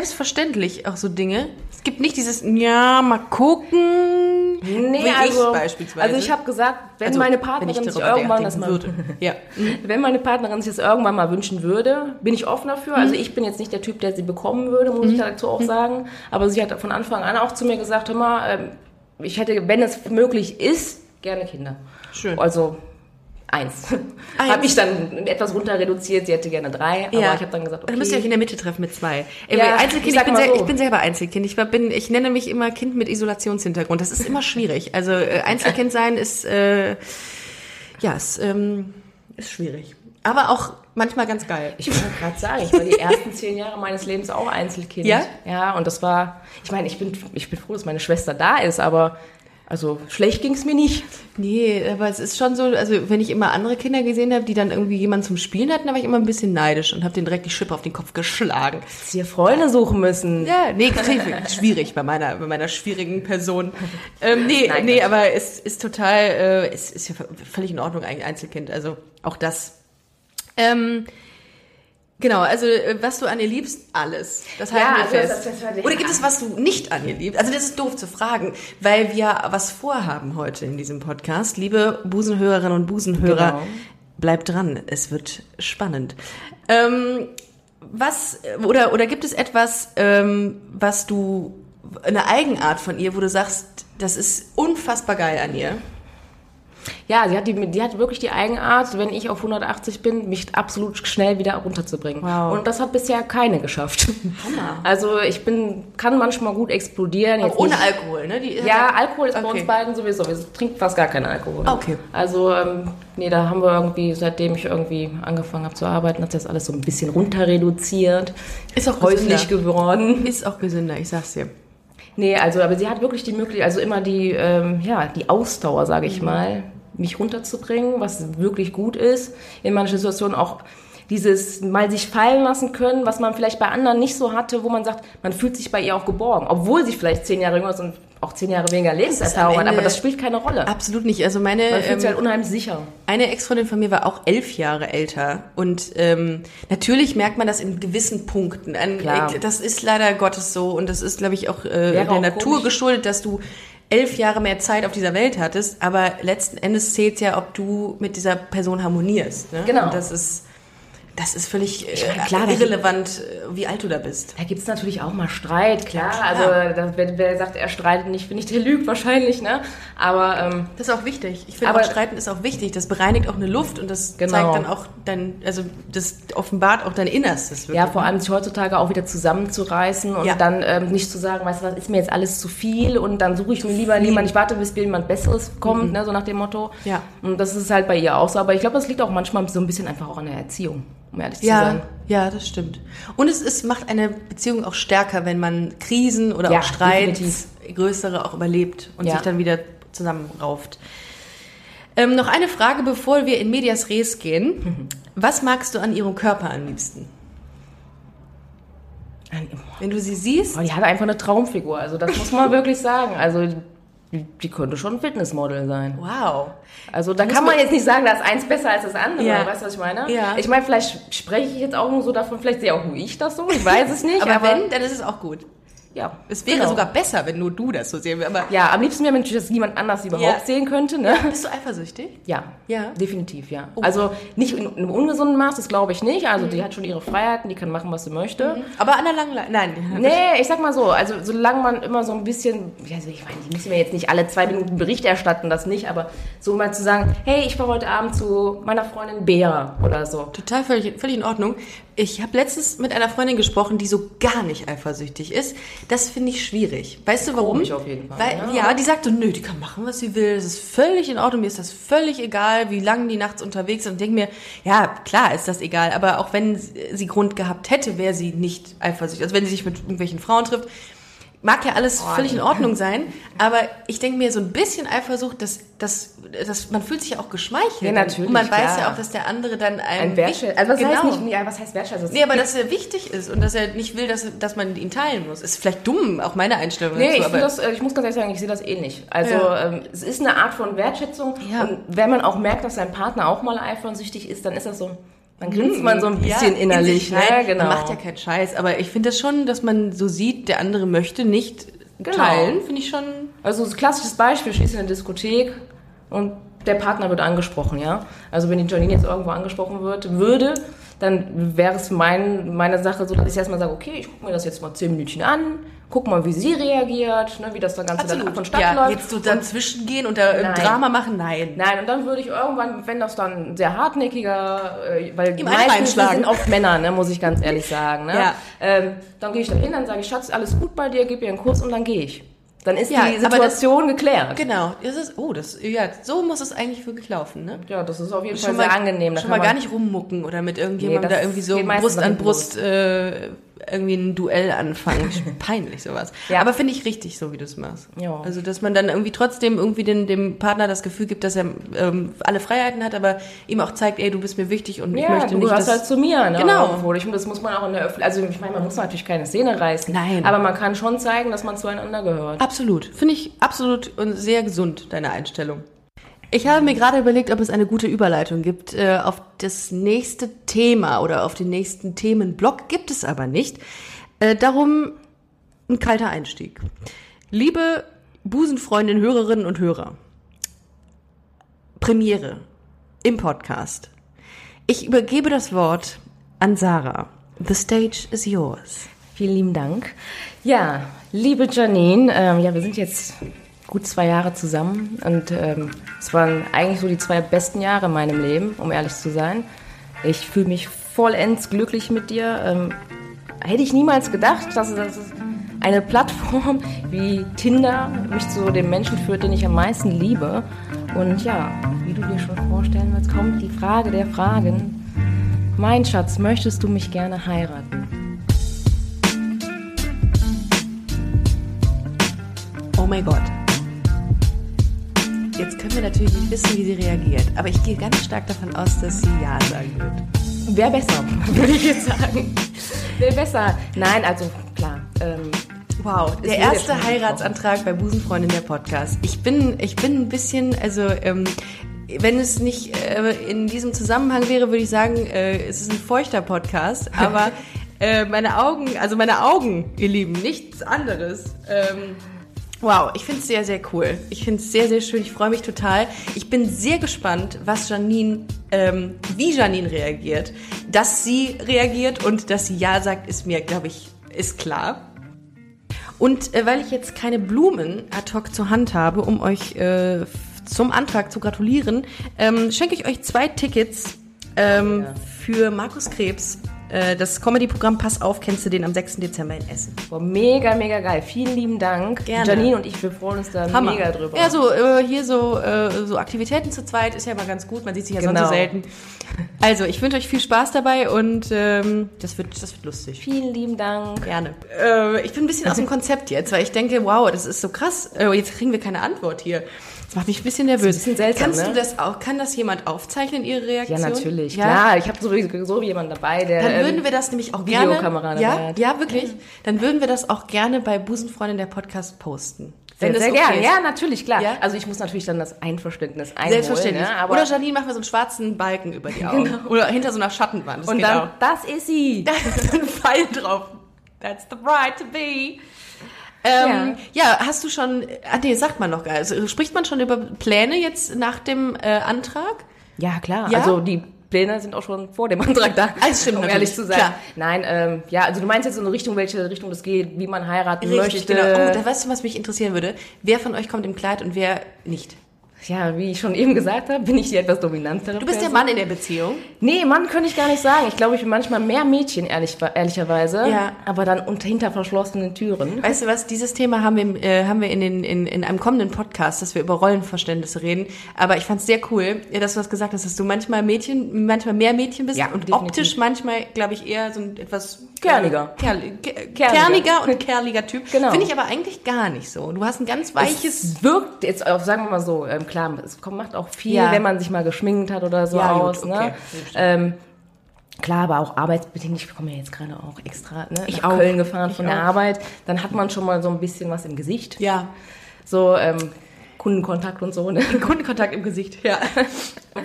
selbstverständlich, auch so Dinge. Es gibt nicht dieses, ja, mal gucken. Nee, wie ich also, beispielsweise. Also ich habe gesagt, wenn Also, meine wenn ich Partnerin sich darüber irgendwann das nachdenken mal würde. <laughs> Ja. Wenn meine Partnerin sich das irgendwann mal wünschen würde, bin ich offen dafür. Also Mhm. ich bin jetzt nicht der Typ, der sie bekommen würde, muss ich dazu auch sagen. Aber sie hat von Anfang an auch zu mir gesagt, hör mal, ähm, ich hätte, wenn es möglich ist, gerne Kinder. Schön. Also eins. Eins. Habe ich dann etwas runter reduziert. Sie hätte gerne drei, aber ich habe dann gesagt, okay. Dann müsst ihr euch in der Mitte treffen mit zwei. Ey, Ja, weil Einzelkind, ich ich, sag bin mal sehr, so. ich bin selber Einzelkind. Ich, war- bin, ich nenne mich immer Kind mit Isolationshintergrund. Das ist immer schwierig. Also äh, Einzelkind sein ist, äh, ja, ist, ähm, ist schwierig. Aber auch manchmal ganz geil. Ich wollte gerade sagen, ich war <laughs> die ersten zehn Jahre meines Lebens auch Einzelkind. Ja? Ja, und das war, ich meine, ich bin, ich bin froh, dass meine Schwester da ist, aber also schlecht ging es mir nicht. Nee, aber es ist schon so, also wenn ich immer andere Kinder gesehen habe, die dann irgendwie jemanden zum Spielen hatten, da war ich immer ein bisschen neidisch und habe denen direkt die Schippe auf den Kopf geschlagen. Dass wir Freunde suchen müssen. Ja, nee, natürlich, schwierig bei meiner, bei meiner schwierigen Person. Ähm, nee, Nein, nee, Quatsch. aber es ist total, äh, es ist ja v- völlig in Ordnung, ein Einzelkind. Also auch das. Ähm, genau, also äh, was du an ihr liebst, alles. Das halten Ja, wir also das- fest. das war der- Oder gibt es was du nicht an ihr liebst? Also das ist doof zu fragen, weil wir was vorhaben heute in diesem Podcast. Liebe Busenhörerinnen und Busenhörer, Genau. bleibt dran, es wird spannend. Ähm, was oder oder gibt es etwas, ähm, was du eine Eigenart von ihr, wo du sagst, das ist unfassbar geil an ihr? Ja, sie hat, die, die hat wirklich die Eigenart, wenn ich auf 180 bin, mich absolut schnell wieder runterzubringen. Wow. Und das hat bisher keine geschafft. Hammer. Also ich bin, kann manchmal gut explodieren. Auch jetzt ohne nicht- Alkohol, ne? Die, Ja, Alkohol ist bei Okay. uns beiden sowieso. Wir trinken fast gar keinen Alkohol. Okay. Also, ähm, nee, da haben wir irgendwie, seitdem ich irgendwie angefangen habe zu arbeiten, hat sich das alles so ein bisschen runter reduziert. Ist auch häuslich gesünder. geworden. ist auch gesünder, ich sag's dir. Nee, also, aber sie hat wirklich die Möglichkeit, also immer die, ähm, ja, die Ausdauer, sage ich mal, mich runterzubringen, was wirklich gut ist. In manchen Situationen auch dieses mal sich fallen lassen können, was man vielleicht bei anderen nicht so hatte, wo man sagt, man fühlt sich bei ihr auch geborgen, obwohl sie vielleicht zehn Jahre jünger ist und auch zehn Jahre weniger Lebenserfahrung hat, Ende- aber das spielt keine Rolle. Absolut nicht. Also meine Man fühlt ähm, sich halt unheimlich sicher. Eine Ex-Freundin von mir war auch elf Jahre älter. Und ähm, natürlich merkt man das in gewissen Punkten. An, Klar. äh, das ist leider Gottes so. Und das ist, glaube ich, auch äh, der auch Natur komisch. geschuldet, dass du elf Jahre mehr Zeit auf dieser Welt hattest. Aber letzten Endes zählt ja, ob du mit dieser Person harmonierst. Ne? Genau. Und das ist, das ist völlig äh, meine, klar, das- irrelevant, äh, wie alt du da bist. Da gibt es natürlich auch mal Streit, klar. Ja, Also klar. da, wer, wer sagt, er streitet nicht, finde ich, der lügt wahrscheinlich, ne? Aber ähm, Das ist auch wichtig. Ich finde, Aber- auch Streiten ist auch wichtig. Das bereinigt auch eine Luft und das Genau. zeigt dann auch dein, also das offenbart auch dein Innerstes. ne? ja, vor allem sich heutzutage auch wieder zusammenzureißen und Ja. dann ähm, nicht zu sagen, weißt du was, ist mir jetzt alles zu viel und dann suche ich mir lieber jemanden, ich warte, bis mir jemand Besseres kommt, ne? So nach dem Motto. Mhm. Ja. Und das ist halt bei ihr auch so. Aber ich glaube, das liegt auch manchmal so ein bisschen einfach auch an der Erziehung, um ehrlich zu sein. Ja, ja, das stimmt. Und es ist, macht eine Beziehung auch stärker, wenn man Krisen oder Ja, auch Streit, definitiv. größere auch überlebt und Ja. sich dann wieder zusammenrauft. Ähm, noch eine Frage, bevor wir in Medias Res Mhm. gehen. Was magst du an ihrem Körper am liebsten? Wenn du sie siehst, Aber die hat einfach eine Traumfigur, also das muss man <laughs> wirklich sagen. Also die, die könnte schon ein Fitnessmodel sein. wow. Also da Muss kann man- man jetzt nicht sagen, da ist eins besser als das andere. Ja. Weißt du, was ich meine? Ja. Ich meine, vielleicht spreche ich jetzt auch nur so davon, vielleicht sehe auch nur ich das so, ich weiß es nicht. Aber, aber, wenn, dann ist es auch gut. ja, Es wäre genau. sogar besser, wenn nur du das so sehen würdest. Aber Ja, am liebsten wäre mir natürlich, dass niemand anders überhaupt Ja. sehen könnte. Ne? bist du eifersüchtig? Ja. Ja. Oh. definitiv, ja. Also nicht in einem ungesunden Maß, das glaube ich nicht. Mhm. Also die hat schon ihre Freiheiten, die kann machen, was sie möchte. Aber an der langen Leine. Nein. Nee, ich sag mal so, also solange man immer so ein bisschen, ja, also ich meine, die müssen wir jetzt nicht alle zwei Minuten Bericht erstatten, das nicht, aber so mal zu sagen, hey, ich war heute Abend zu meiner Freundin Bea oder so. Total völlig, völlig in Ordnung. Ich habe letztens mit einer Freundin gesprochen, die so gar nicht eifersüchtig ist. Das finde ich schwierig. Weißt du warum? Komisch auf jeden Fall, ne? Weil, ja. ja. die sagt so, nö, die kann machen, was sie will. Das ist völlig in Ordnung. Mir ist das völlig egal, wie lange die nachts unterwegs ist. Und denke mir, ja, klar ist das egal. Aber auch wenn sie Grund gehabt hätte, wäre sie nicht eifersüchtig. Also wenn sie sich mit irgendwelchen Frauen trifft, Mag ja alles Oh, völlig in Ordnung sein, aber ich denke mir so ein bisschen Eifersucht, dass, dass, dass man fühlt sich ja auch geschmeichelt. Ja, natürlich, Und man weiß klar. ja auch, dass der andere dann einem Ein Wertschätzung. Also was genau. heißt nicht, nee, was heißt Wertschätzung? Nee, aber dass er wichtig ist und dass er nicht will, dass, dass man ihn teilen muss. Ist vielleicht dumm, auch meine Einstellung Nee, ich, dazu, finde aber das, äh, ich muss ganz ehrlich sagen, ich sehe das ähnlich. Also Ja. ähm, es ist eine Art von Wertschätzung. Ja. Und wenn man auch merkt, dass sein Partner auch mal eifersüchtig ist, dann ist das so, dann grinst man so ein Mhm. Mm, Ja, bisschen in innerlich. sich, nein, ne? genau. Macht ja keinen Scheiß, aber ich finde das schon, dass man so sieht, der andere möchte nicht Genau. teilen, finde ich schon Also so ein klassisches Beispiel, stehst in der Diskothek und der Partner wird angesprochen, ja. Also wenn die Janine jetzt irgendwo angesprochen wird, würde, dann wäre es mein, meine Sache so, dass ich erstmal sage, okay, ich gucke mir das jetzt mal zehn Minuten an, guck mal, wie sie reagiert, ne, wie das dann Ganze dann vonstatten also ja, läuft. jetzt so dazwischen gehen und da Nein. äh, Drama machen, nein. Nein, und dann würde ich irgendwann, wenn das dann sehr hartnäckiger, äh, weil die Ihm einen meisten reinschlagen. sind oft Männer, ne, muss <laughs> ich ganz ehrlich sagen. Ne? Ja. Ähm, dann gehe ich dann hin, dann sage ich, Schatz, alles gut bei dir, gib ihr einen Kuss und dann gehe ich. Dann ist Ja, die aber das- Situation geklärt. Genau, das ist, oh, das, ja, so muss es eigentlich wirklich laufen, ne? Ja, das ist auf jeden Fall sehr angenehm. Da schon kann mal man- gar nicht rummucken oder mit irgendjemandem Nee, da das irgendwie so geht meistens Brust an mit Brust äh, irgendwie ein Duell anfangen. <laughs> Peinlich sowas. Ja. Aber finde ich richtig so, wie du es machst. Ja. Also, dass man dann irgendwie trotzdem irgendwie den, dem Partner das Gefühl gibt, dass er ähm, alle Freiheiten hat, aber ihm auch zeigt, ey, du bist mir wichtig und ich Ja, möchte du nicht, gehörst halt zu mir. Ne? Genau. Obwohl, ich, das muss man auch in der Öffentlichkeit, also ich meine, man muss natürlich keine Szene reißen. Nein. Aber man kann schon zeigen, dass man zueinander gehört. Absolut. Finde ich absolut und sehr gesund, deine Einstellung. Ich habe mir gerade überlegt, ob es eine gute Überleitung gibt äh, auf das nächste Thema oder auf den nächsten Themenblock. Gibt es aber nicht. Äh, darum ein kalter Einstieg. Liebe Busenfreundin, Hörerinnen und Hörer. Premiere im Podcast. Ich übergebe das Wort an Sarah. The stage is yours. Vielen lieben Dank. Ja, liebe Janine, ähm, ja, wir sind jetzt gut zwei Jahre zusammen und ähm, es waren eigentlich so die zwei besten Jahre in meinem Leben, um ehrlich zu sein. Ich fühle mich vollends glücklich mit dir. Ähm, hätte ich niemals gedacht, dass, dass es eine Plattform <laughs> wie Tinder mich zu dem Menschen führt, den ich am meisten liebe. Und ja, wie du dir schon vorstellen willst, kommt die Frage der Fragen. Mein Schatz, möchtest du mich gerne heiraten? Oh mein Gott. Jetzt können wir natürlich nicht wissen, wie sie reagiert, aber ich gehe ganz stark davon aus, dass sie Ja sagen wird. Wäre besser, <laughs> würde ich jetzt sagen. Wäre besser. Nein, also klar. Ähm, Wow, wird der jetzt schon erste gesprochen. Heiratsantrag bei Busenfreundin der Podcast. Ich bin, ich bin ein bisschen, also ähm, wenn es nicht äh, in diesem Zusammenhang wäre, würde ich sagen, äh, es ist ein feuchter <laughs> Podcast, aber äh, meine Augen, also meine Augen, ihr Lieben, nichts anderes. Ähm, Wow, ich finde es sehr, sehr cool. Ich finde es sehr, sehr schön. Ich freue mich total. Ich bin sehr gespannt, was Janine, ähm, wie Janine reagiert. Dass sie reagiert und dass sie Ja sagt, ist mir, glaube ich, ist klar. Und äh, weil ich jetzt keine Blumen ad hoc zur Hand habe, um euch äh, f- zum Antrag zu gratulieren, ähm, schenke ich euch zwei Tickets ähm, für Markus Krebs. Äh, das Comedy-Programm Pass auf, kennst du den am 6. Dezember in Essen. boah, mega, mega geil. Vielen lieben Dank. Gerne. Janine und ich, wir freuen uns da Hammer. mega drüber. Ja, so äh, hier so, äh, so Aktivitäten zu zweit ist ja immer ganz gut. Man sieht sich ja sonst Genau. so selten. Also, ich wünsche euch viel Spaß dabei und ähm, das, wird, das wird lustig. Vielen lieben Dank. Gerne. Äh, ich bin ein bisschen Also aus dem Konzept jetzt, weil ich denke, wow, das ist so krass. Äh, jetzt kriegen wir keine Antwort hier. Das macht mich ein bisschen nervös. bisschen seltsam, Kannst ne? du das auch? Kann das jemand aufzeichnen, ihre Ja, Reaktion? natürlich. Ja? Klar, ich habe sowieso so jemanden dabei, der. Dann ähm, würden wir das nämlich auch gerne. Videokamera dabei ja, hat. ja, wirklich. Dann würden wir das auch gerne bei Busenfreundin der Podcast posten. sehr, Wenn das sehr okay gerne. ist. Ja, natürlich, klar. Ja. Also ich muss natürlich dann das Einverständnis einholen. Selbstverständlich. Ne? Aber Genau. Oder Janine machen wir so einen schwarzen Balken über <laughs> die Augen. Oder hinter so einer Schattenwand. Das und geht dann, auch. <laughs> das ist <laughs> sie. Da ist ein Pfeil drauf. That's the bride to be. Ähm, ja. hast du schon. Ah, nee, sagt man noch gar nicht. Also, spricht man schon über Pläne jetzt nach dem äh, Antrag? Ja, klar. Ja? Also die Pläne sind auch schon vor dem Antrag da. Ah, das stimmt um natürlich. ehrlich zu sein. Klar. Nein, ähm, ja, also du meinst jetzt so eine Richtung, welche Richtung das geht, wie man heiraten möchte. genau. Oh, da weißt du, was mich interessieren würde? Wer von euch kommt im Kleid und wer nicht? ja, wie ich schon eben gesagt habe, bin ich die etwas dominantere. Du bist der Person. Mann in der Beziehung. Nee, Mann könnte ich gar nicht sagen. Ich glaube, ich bin manchmal mehr Mädchen, ehrlich, ehrlicherweise. Ja. Aber dann unter hinter verschlossenen Türen. Weißt du was, dieses Thema haben wir, im, äh, haben wir in, den, in, in einem kommenden Podcast, dass wir über Rollenverständnisse reden. Aber ich fand es sehr cool, ja, dass du was gesagt hast, dass du manchmal Mädchen, manchmal mehr Mädchen bist Ja, und definitiv. optisch manchmal, glaube ich, eher so ein etwas Kerniger. Kerl, ke- Kerniger. kerniger und kerliger Typ. Genau. Finde ich aber eigentlich gar nicht so. Du hast ein ganz weiches. Es wirkt jetzt, auch, sagen wir mal so, ähm, klar, es kommt, macht auch viel, Ja. wenn man sich mal geschminkt hat oder so Ja, Ah, gut, aus. okay. Äh, Ne? Ähm, klar, aber auch arbeitsbedingt. Ich komme ja jetzt gerade auch extra ne, ich nach Köln gefahren von der auch. Arbeit. Dann hat man schon mal so ein bisschen was im Gesicht. ja. So ähm, Kundenkontakt und so. Ne? <laughs> Kundenkontakt im Gesicht. Ja.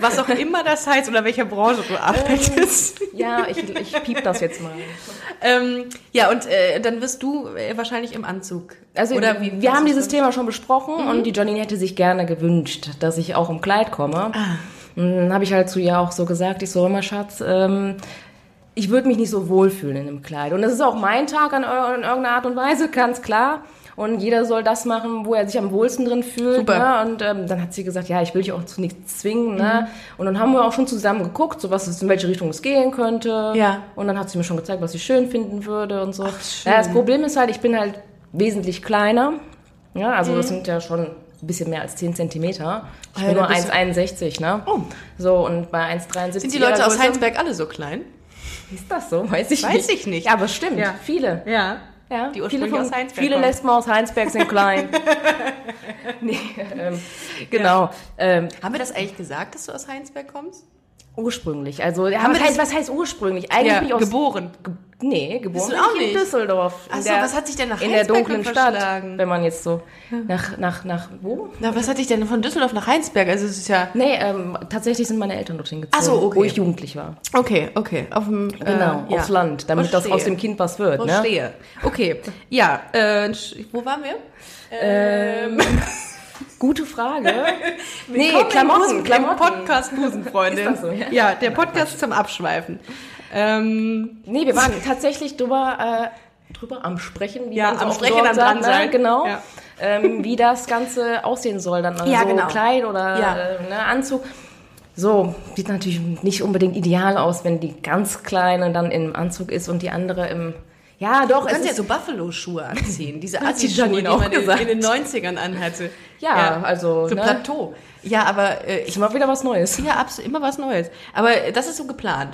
Was auch immer das heißt oder welcher Branche du arbeitest. ja, ich, ich piep das jetzt mal. <laughs> ähm, ja, und äh, dann wirst du äh, wahrscheinlich im Anzug. Also oder wir, wie- wir was haben ist dieses das? Mhm. Thema schon besprochen und die Janine hätte sich gerne gewünscht, dass ich auch im Kleid komme. Ah. Und Dann habe ich halt zu ihr auch so gesagt, ich so, hör mal Schatz, ähm, ich würde mich nicht so wohlfühlen in einem Kleid. Und das ist auch mein Tag an, ir- in irgendeiner Art und Weise, ganz klar. Und jeder soll das machen, wo er sich am wohlsten drin fühlt. Super. Ne? Und ähm, dann hat sie gesagt, ja, ich will dich auch zu nichts zwingen. Ne? Mhm. Und dann haben wir auch schon zusammen geguckt, so was, es- in welche Richtung es gehen könnte. Ja. Und dann hat sie mir schon gezeigt, was sie schön finden würde und so. schön. Ja, das Problem ist halt, ich bin halt wesentlich kleiner. Ja, also das sind ja schon ein bisschen mehr als 10 Zentimeter. Ich Mhm. Ah, bin da nur bist du- 1,61, ne? Oh. So, und bei 1,73... Sind die Leute aus Größe- Heinsberg alle so klein? Ist das so? Weiß ich nicht. Weiß ich nicht. Ja, aber stimmt. Ja. Viele. Ja. Ja, Die ursprünglich viele aus Heinsberg Viele kommen. lässt man aus Heinsberg <laughs> sind klein. nee, ähm, genau. Ähm, Haben wir das eigentlich gesagt, dass du aus Heinsberg kommst? ursprünglich. Also, ja, Haben was, wir heißt, das- was heißt ursprünglich? Eigentlich bin ich aus... geboren. nee, geboren du bin auch ich in nicht? Düsseldorf. In Ach so, der- was hat dich denn nach In der Heinsberg dunklen denn Stadt. verschlagen? Wenn man jetzt so nach, nach, nach wo? Na, was hat dich denn von Düsseldorf nach Heinsberg? Also es ist ja... Nee, ähm, tatsächlich sind meine Eltern dorthin gezogen, Ach so, okay. wo ich jugendlich war. Okay, okay. Auf dem, Genau, äh, ja. aufs Land, damit das aus Verstehe. dem Kind was wird. Ne? Verstehe. Okay, ja, äh, sch- wo waren wir? Gute <laughs> Frage. nee, Willkommen im Busen- Klamotten, im Klamotten. Podcast Busenfreundin. Ist das so, ja? ja, der Podcast zum Abschweifen. Ähm, Nee, wir waren tatsächlich drüber, äh, drüber am Sprechen. Wie Ja, man so am auch Sprechen, dort am sagt, dran sein. Ne? Genau. Ja. Ähm, wie das Ganze aussehen soll dann. Also Ja, genau. Kleid oder Ja. äh, ne, Anzug. So, sieht natürlich nicht unbedingt ideal aus, wenn die ganz Kleine dann im Anzug ist und die andere im... Ja, doch, du es kannst ja ist, so Buffalo-Schuhe anziehen, diese Hat die Assi-Schuhe, die Janine auch man in, gesagt. in den 90ern anhatte. Ja, also, So ne? Plateau. Ja, aber äh, ich ist immer wieder was Neues. ziehe ja absolut immer was Neues. Aber äh, das ist so geplant.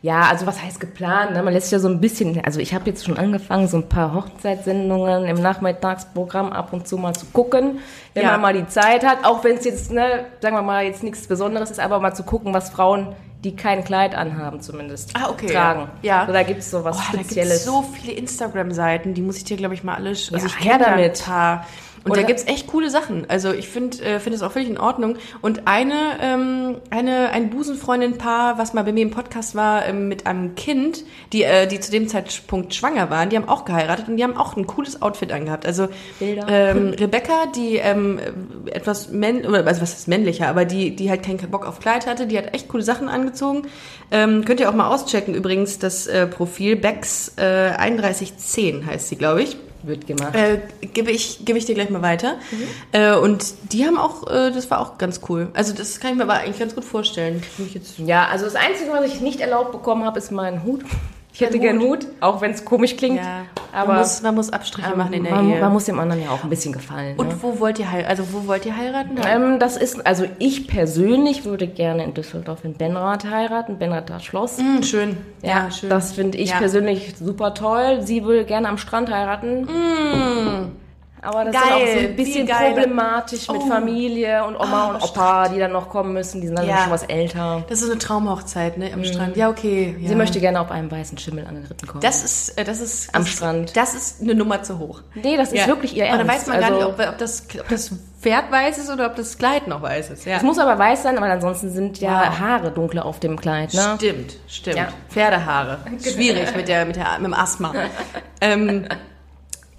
Ja, also was heißt geplant? Ne? Man lässt sich ja so ein bisschen, also ich habe jetzt schon angefangen, so ein paar Hochzeitssendungen im Nachmittagsprogramm ab und zu mal zu gucken, wenn Ja. man mal die Zeit hat, auch wenn es jetzt, ne, sagen wir mal, jetzt nichts Besonderes ist, aber mal zu gucken, was Frauen, die kein Kleid anhaben zumindest, Ah, okay, tragen. ja. Ja. So, da gibt's so was Boah, da gibt Spezielles. es so viele Instagram-Seiten, die muss ich dir, glaube ich, mal alle... sch- Ja, ich her kenn da damit. Ein paar. Und Oder- da gibt es echt coole Sachen. Also ich finde äh, find es auch völlig in Ordnung. Und eine, ähm, eine ein Busenfreundin-Paar, was mal bei mir im Podcast war, ähm, mit einem Kind, die, äh, die zu dem Zeitpunkt schwanger waren, die haben auch geheiratet und die haben auch ein cooles Outfit angehabt. Also Bilder. Ähm, Rebecca, die ähm, etwas männ oder also was ist männlicher, aber die, die halt keinen Bock auf Kleid hatte, die hat echt coole Sachen angezogen. Ähm, könnt ihr auch mal auschecken übrigens, das äh, Profil Becks äh, 3110 heißt sie, glaube ich. wird gemacht. Äh, gebe ich, gebe ich dir gleich mal weiter. Äh, und die haben auch, äh, das war auch ganz cool. Also das kann ich mir aber eigentlich ganz gut vorstellen. Finde ich jetzt- Ja, also das Einzige, was ich nicht erlaubt bekommen habe, ist mein Hut. Ich hätte Ein gern Hut, auch wenn es komisch klingt. man Aber muss, man muss Abstriche machen in der man, Ehe. man muss dem anderen ja auch ein bisschen gefallen. ne? und wo wollt ihr heiraten? Also wo wollt ihr heiraten? Ähm, das ist, also ich persönlich würde gerne in Düsseldorf in Benrath heiraten, Benrather Schloss. Hm, schön. Ja, das finde ich Ja. persönlich super toll. Sie will gerne am Strand heiraten. Aber das ist Mhm. Geil, auch so ein viel bisschen geiler. problematisch mit Oh. Familie und Oma Ah, und Opa, die dann noch kommen müssen. Die sind dann Ja. schon was älter. Das ist eine Traumhochzeit, ne? Am Strand. Ja, okay. Ja. Mhm. Sie möchte gerne auf einem weißen Schimmel angeritten kommen. Das ist, äh, das ist Am das, Strand. Das ist eine Nummer zu hoch. nee, das ist wirklich ihr Ernst. Und dann weiß man also, gar nicht, ob, ob, das, ob das Pferd weiß ist oder ob das Kleid noch weiß ist. Ja. es muss aber weiß sein, weil ansonsten sind ja Wow. Haare dunkler auf dem Kleid. Ne? Stimmt, stimmt. Ja. Genau. Pferdehaare. Schwierig mit, der, mit, der, mit dem Asthma. ähm,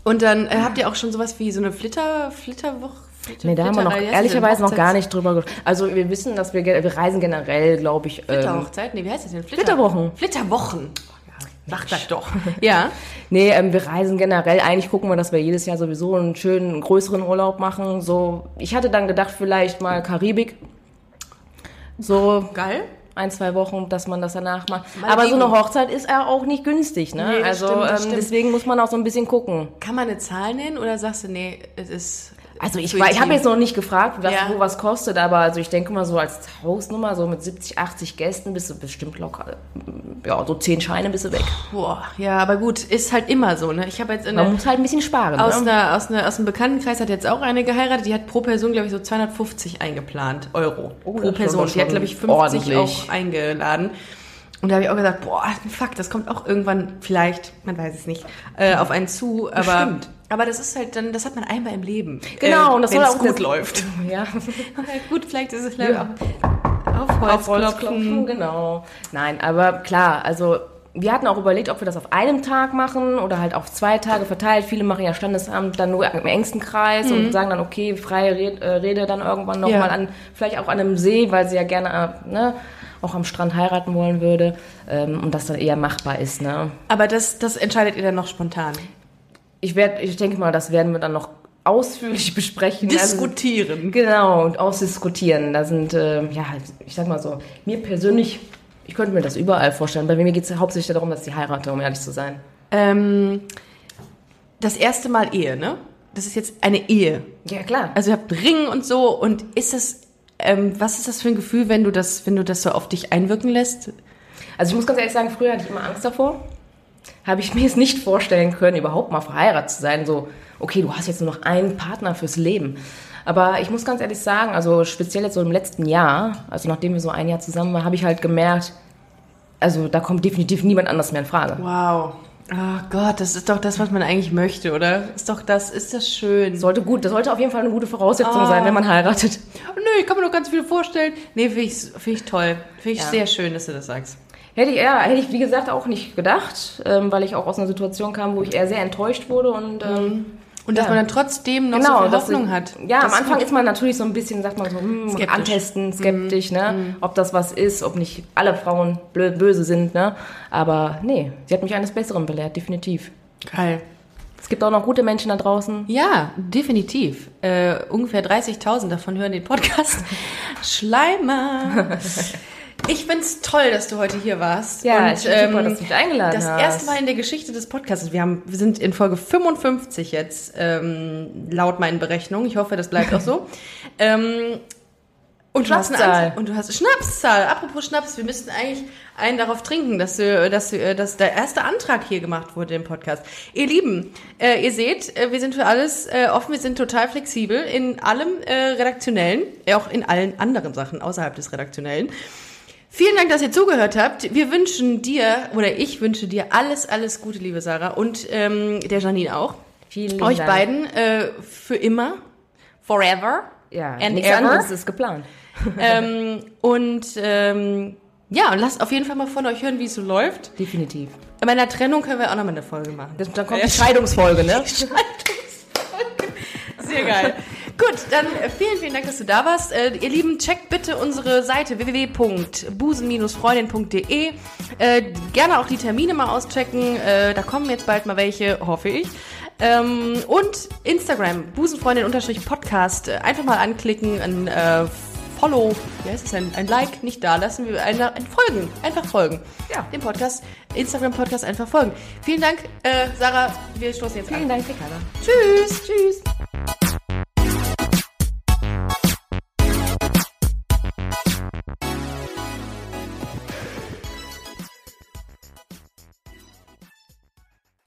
und dann äh, habt ihr auch schon sowas wie so eine Flitter, Flitterwoche? Flitter, Nee, da haben wir Flitterei, wie noch heißt das denn? ehrlicherweise noch gar Hochzeits- nicht drüber gesprochen. Also wir wissen, dass wir, ge- wir reisen generell, glaube ich. Ähm, Flitterhochzeit? Nee, wie heißt das denn? Flitter- Flitterwochen. Oh Flitterwochen. Sag das doch. ja. nee, ähm, wir reisen generell. Eigentlich gucken wir, dass wir jedes Jahr sowieso einen schönen, größeren Urlaub machen. So, ich hatte dann gedacht, vielleicht mal Karibik. So Geil. ein, zwei Wochen, dass man das danach macht. Malediven. Aber so eine Hochzeit ist ja auch nicht günstig, ne? Nee, das also stimmt, das ähm, stimmt. deswegen muss man auch so ein bisschen gucken. Kann man eine Zahl nennen oder sagst du, nee, es ist. Also ich, Für war- ihr ich habe Team. jetzt noch nicht gefragt, was, Ja. wo was kostet, aber also ich denke mal so als Hausnummer, so mit 70, 80 Gästen bist du bestimmt locker, ja, so 10 Scheine bist du weg. Boah, ja, aber gut, ist halt immer so, ne? Ich habe jetzt in Man der, muss halt ein bisschen sparen. aus, ne? einer, aus, einer, aus einem Bekanntenkreis hat jetzt auch eine geheiratet, die hat pro Person, glaube ich, so 250 eingeplant, Euro. Oh, das pro ist Person. schon Die hat, glaube ich, 50 ordentlich. auch eingeladen. Und da habe ich auch gesagt, boah, fuck, das kommt auch irgendwann vielleicht, man weiß es nicht, äh, auf einen zu. Aber, Bestimmt. aber das ist halt dann, das hat man einmal im Leben. Genau, äh, und das wenn soll es auch gut das- läuft. <laughs> Ja. gut, vielleicht ist es Ja. auf Holz Auf klopfen. Holz klopfen, genau. Nein, aber klar, also wir hatten auch überlegt, ob wir das auf einem Tag machen oder halt auf zwei Tage verteilt. Viele machen ja Standesamt dann nur im engsten Kreis und sagen dann, okay, freie Rede, äh, Rede dann irgendwann nochmal Ja. mal an, vielleicht auch an einem See, weil sie ja gerne äh, ne, auch am Strand heiraten wollen würde ähm, und das dann eher machbar ist. Ne? Aber das, das entscheidet ihr dann noch spontan. Ich, werd, ich denke mal, das werden wir dann noch ausführlich <laughs> besprechen. Also- Diskutieren. Genau, und ausdiskutieren. Da sind, äh, ja, ich sag mal so, mir persönlich, ich könnte mir das überall vorstellen. Bei mir geht es hauptsächlich darum, dass ich heirate, um ehrlich zu sein. Ähm, das erste Mal Ehe, ne? Das ist jetzt eine Ehe. Ja, klar. Also ihr habt Ring und so. Und ist das, ähm, was ist das für ein Gefühl, wenn du das, wenn du das so auf dich einwirken lässt? Also ich muss ganz ehrlich sagen, früher hatte ich immer Angst davor. Habe ich mir es nicht vorstellen können, überhaupt mal verheiratet zu sein. So, okay, du hast jetzt nur noch einen Partner fürs Leben. Aber ich muss ganz ehrlich sagen, also speziell jetzt so im letzten Jahr, also nachdem wir so ein Jahr zusammen waren, habe ich halt gemerkt, also da kommt definitiv niemand anders mehr in Frage. Wow. Oh Gott, das ist doch das, was man eigentlich möchte, oder? Ist doch das, ist das schön. Sollte gut, das sollte auf jeden Fall eine gute Voraussetzung sein, wenn man heiratet. nö, ich kann mir doch ganz viel vorstellen. Nee, finde ich, find ich toll. Finde ich Ja. sehr schön, dass du das sagst. Hätte ich, ja, hätte ich, wie gesagt, auch nicht gedacht, ähm, weil ich auch aus einer Situation kam, wo ich eher sehr enttäuscht wurde und ähm, Und dass Ja. man dann trotzdem noch so genau, viel dass Hoffnung ich, hat. Ja, Das am Anfang ist man natürlich so ein bisschen, sagt man so, hm, Skeptisch. Hm. antesten, skeptisch, ne? Ob das was ist, ob nicht alle Frauen blöd, böse sind, ne? Aber nee, sie hat mich eines Besseren belehrt, definitiv. Geil. Es gibt auch noch gute Menschen da draußen. Ja, definitiv. Äh, ungefähr 30.000 davon hören den Podcast. <laughs> Schleimer. Ich find's toll, dass du heute hier warst. ähm, Ja, ich find super, dass du mich eingeladen Das hast. erste Mal in der Geschichte des Podcasts. Wir, haben, wir sind in Folge 55 jetzt, ähm, laut meinen Berechnungen. Ich hoffe, das bleibt auch <laughs> so. ähm, und du hast eine Schnapszahl. Ans- Und du hast Schnapszahl. Apropos Schnaps, wir müssten eigentlich einen darauf trinken, dass, wir, dass, wir, dass der erste Antrag hier gemacht wurde im Podcast. Ihr Lieben, äh, ihr seht, äh, wir sind für alles äh, offen, wir sind total flexibel in allem äh, Redaktionellen, äh, auch in allen anderen Sachen außerhalb des Redaktionellen. Vielen Dank, dass ihr zugehört habt. Wir wünschen dir, oder ich wünsche dir alles, alles Gute, liebe Sarah und ähm, der Janine auch. Vielen Euch Dank. beiden äh, für immer, forever Ja, and nichts ever. anderes ist geplant. Ähm, und ähm, ja, und lasst auf jeden Fall mal von euch hören, wie es so läuft. Definitiv. Bei meiner Trennung können wir auch nochmal eine Folge machen. Das, dann kommt die Scheidungsfolge, ne? Sehr geil. Gut, dann äh, vielen, vielen Dank, dass du da warst. Äh, ihr Lieben, checkt bitte unsere Seite www.busen-freundin.de. Äh, gerne auch die Termine mal auschecken. Äh, da kommen jetzt bald mal welche, hoffe ich. Ähm, und Instagram, busenfreundin-podcast. Äh, Einfach mal anklicken, ein äh, Follow, wie heißt es denn? Ein Like nicht da lassen, wir ein, ein Folgen, einfach folgen. Ja. Dem Podcast, Instagram-Podcast einfach folgen. Vielen Dank, äh, Sarah. Wir stoßen jetzt Vielen an. Dank, Ricarda. Tschüss, tschüss.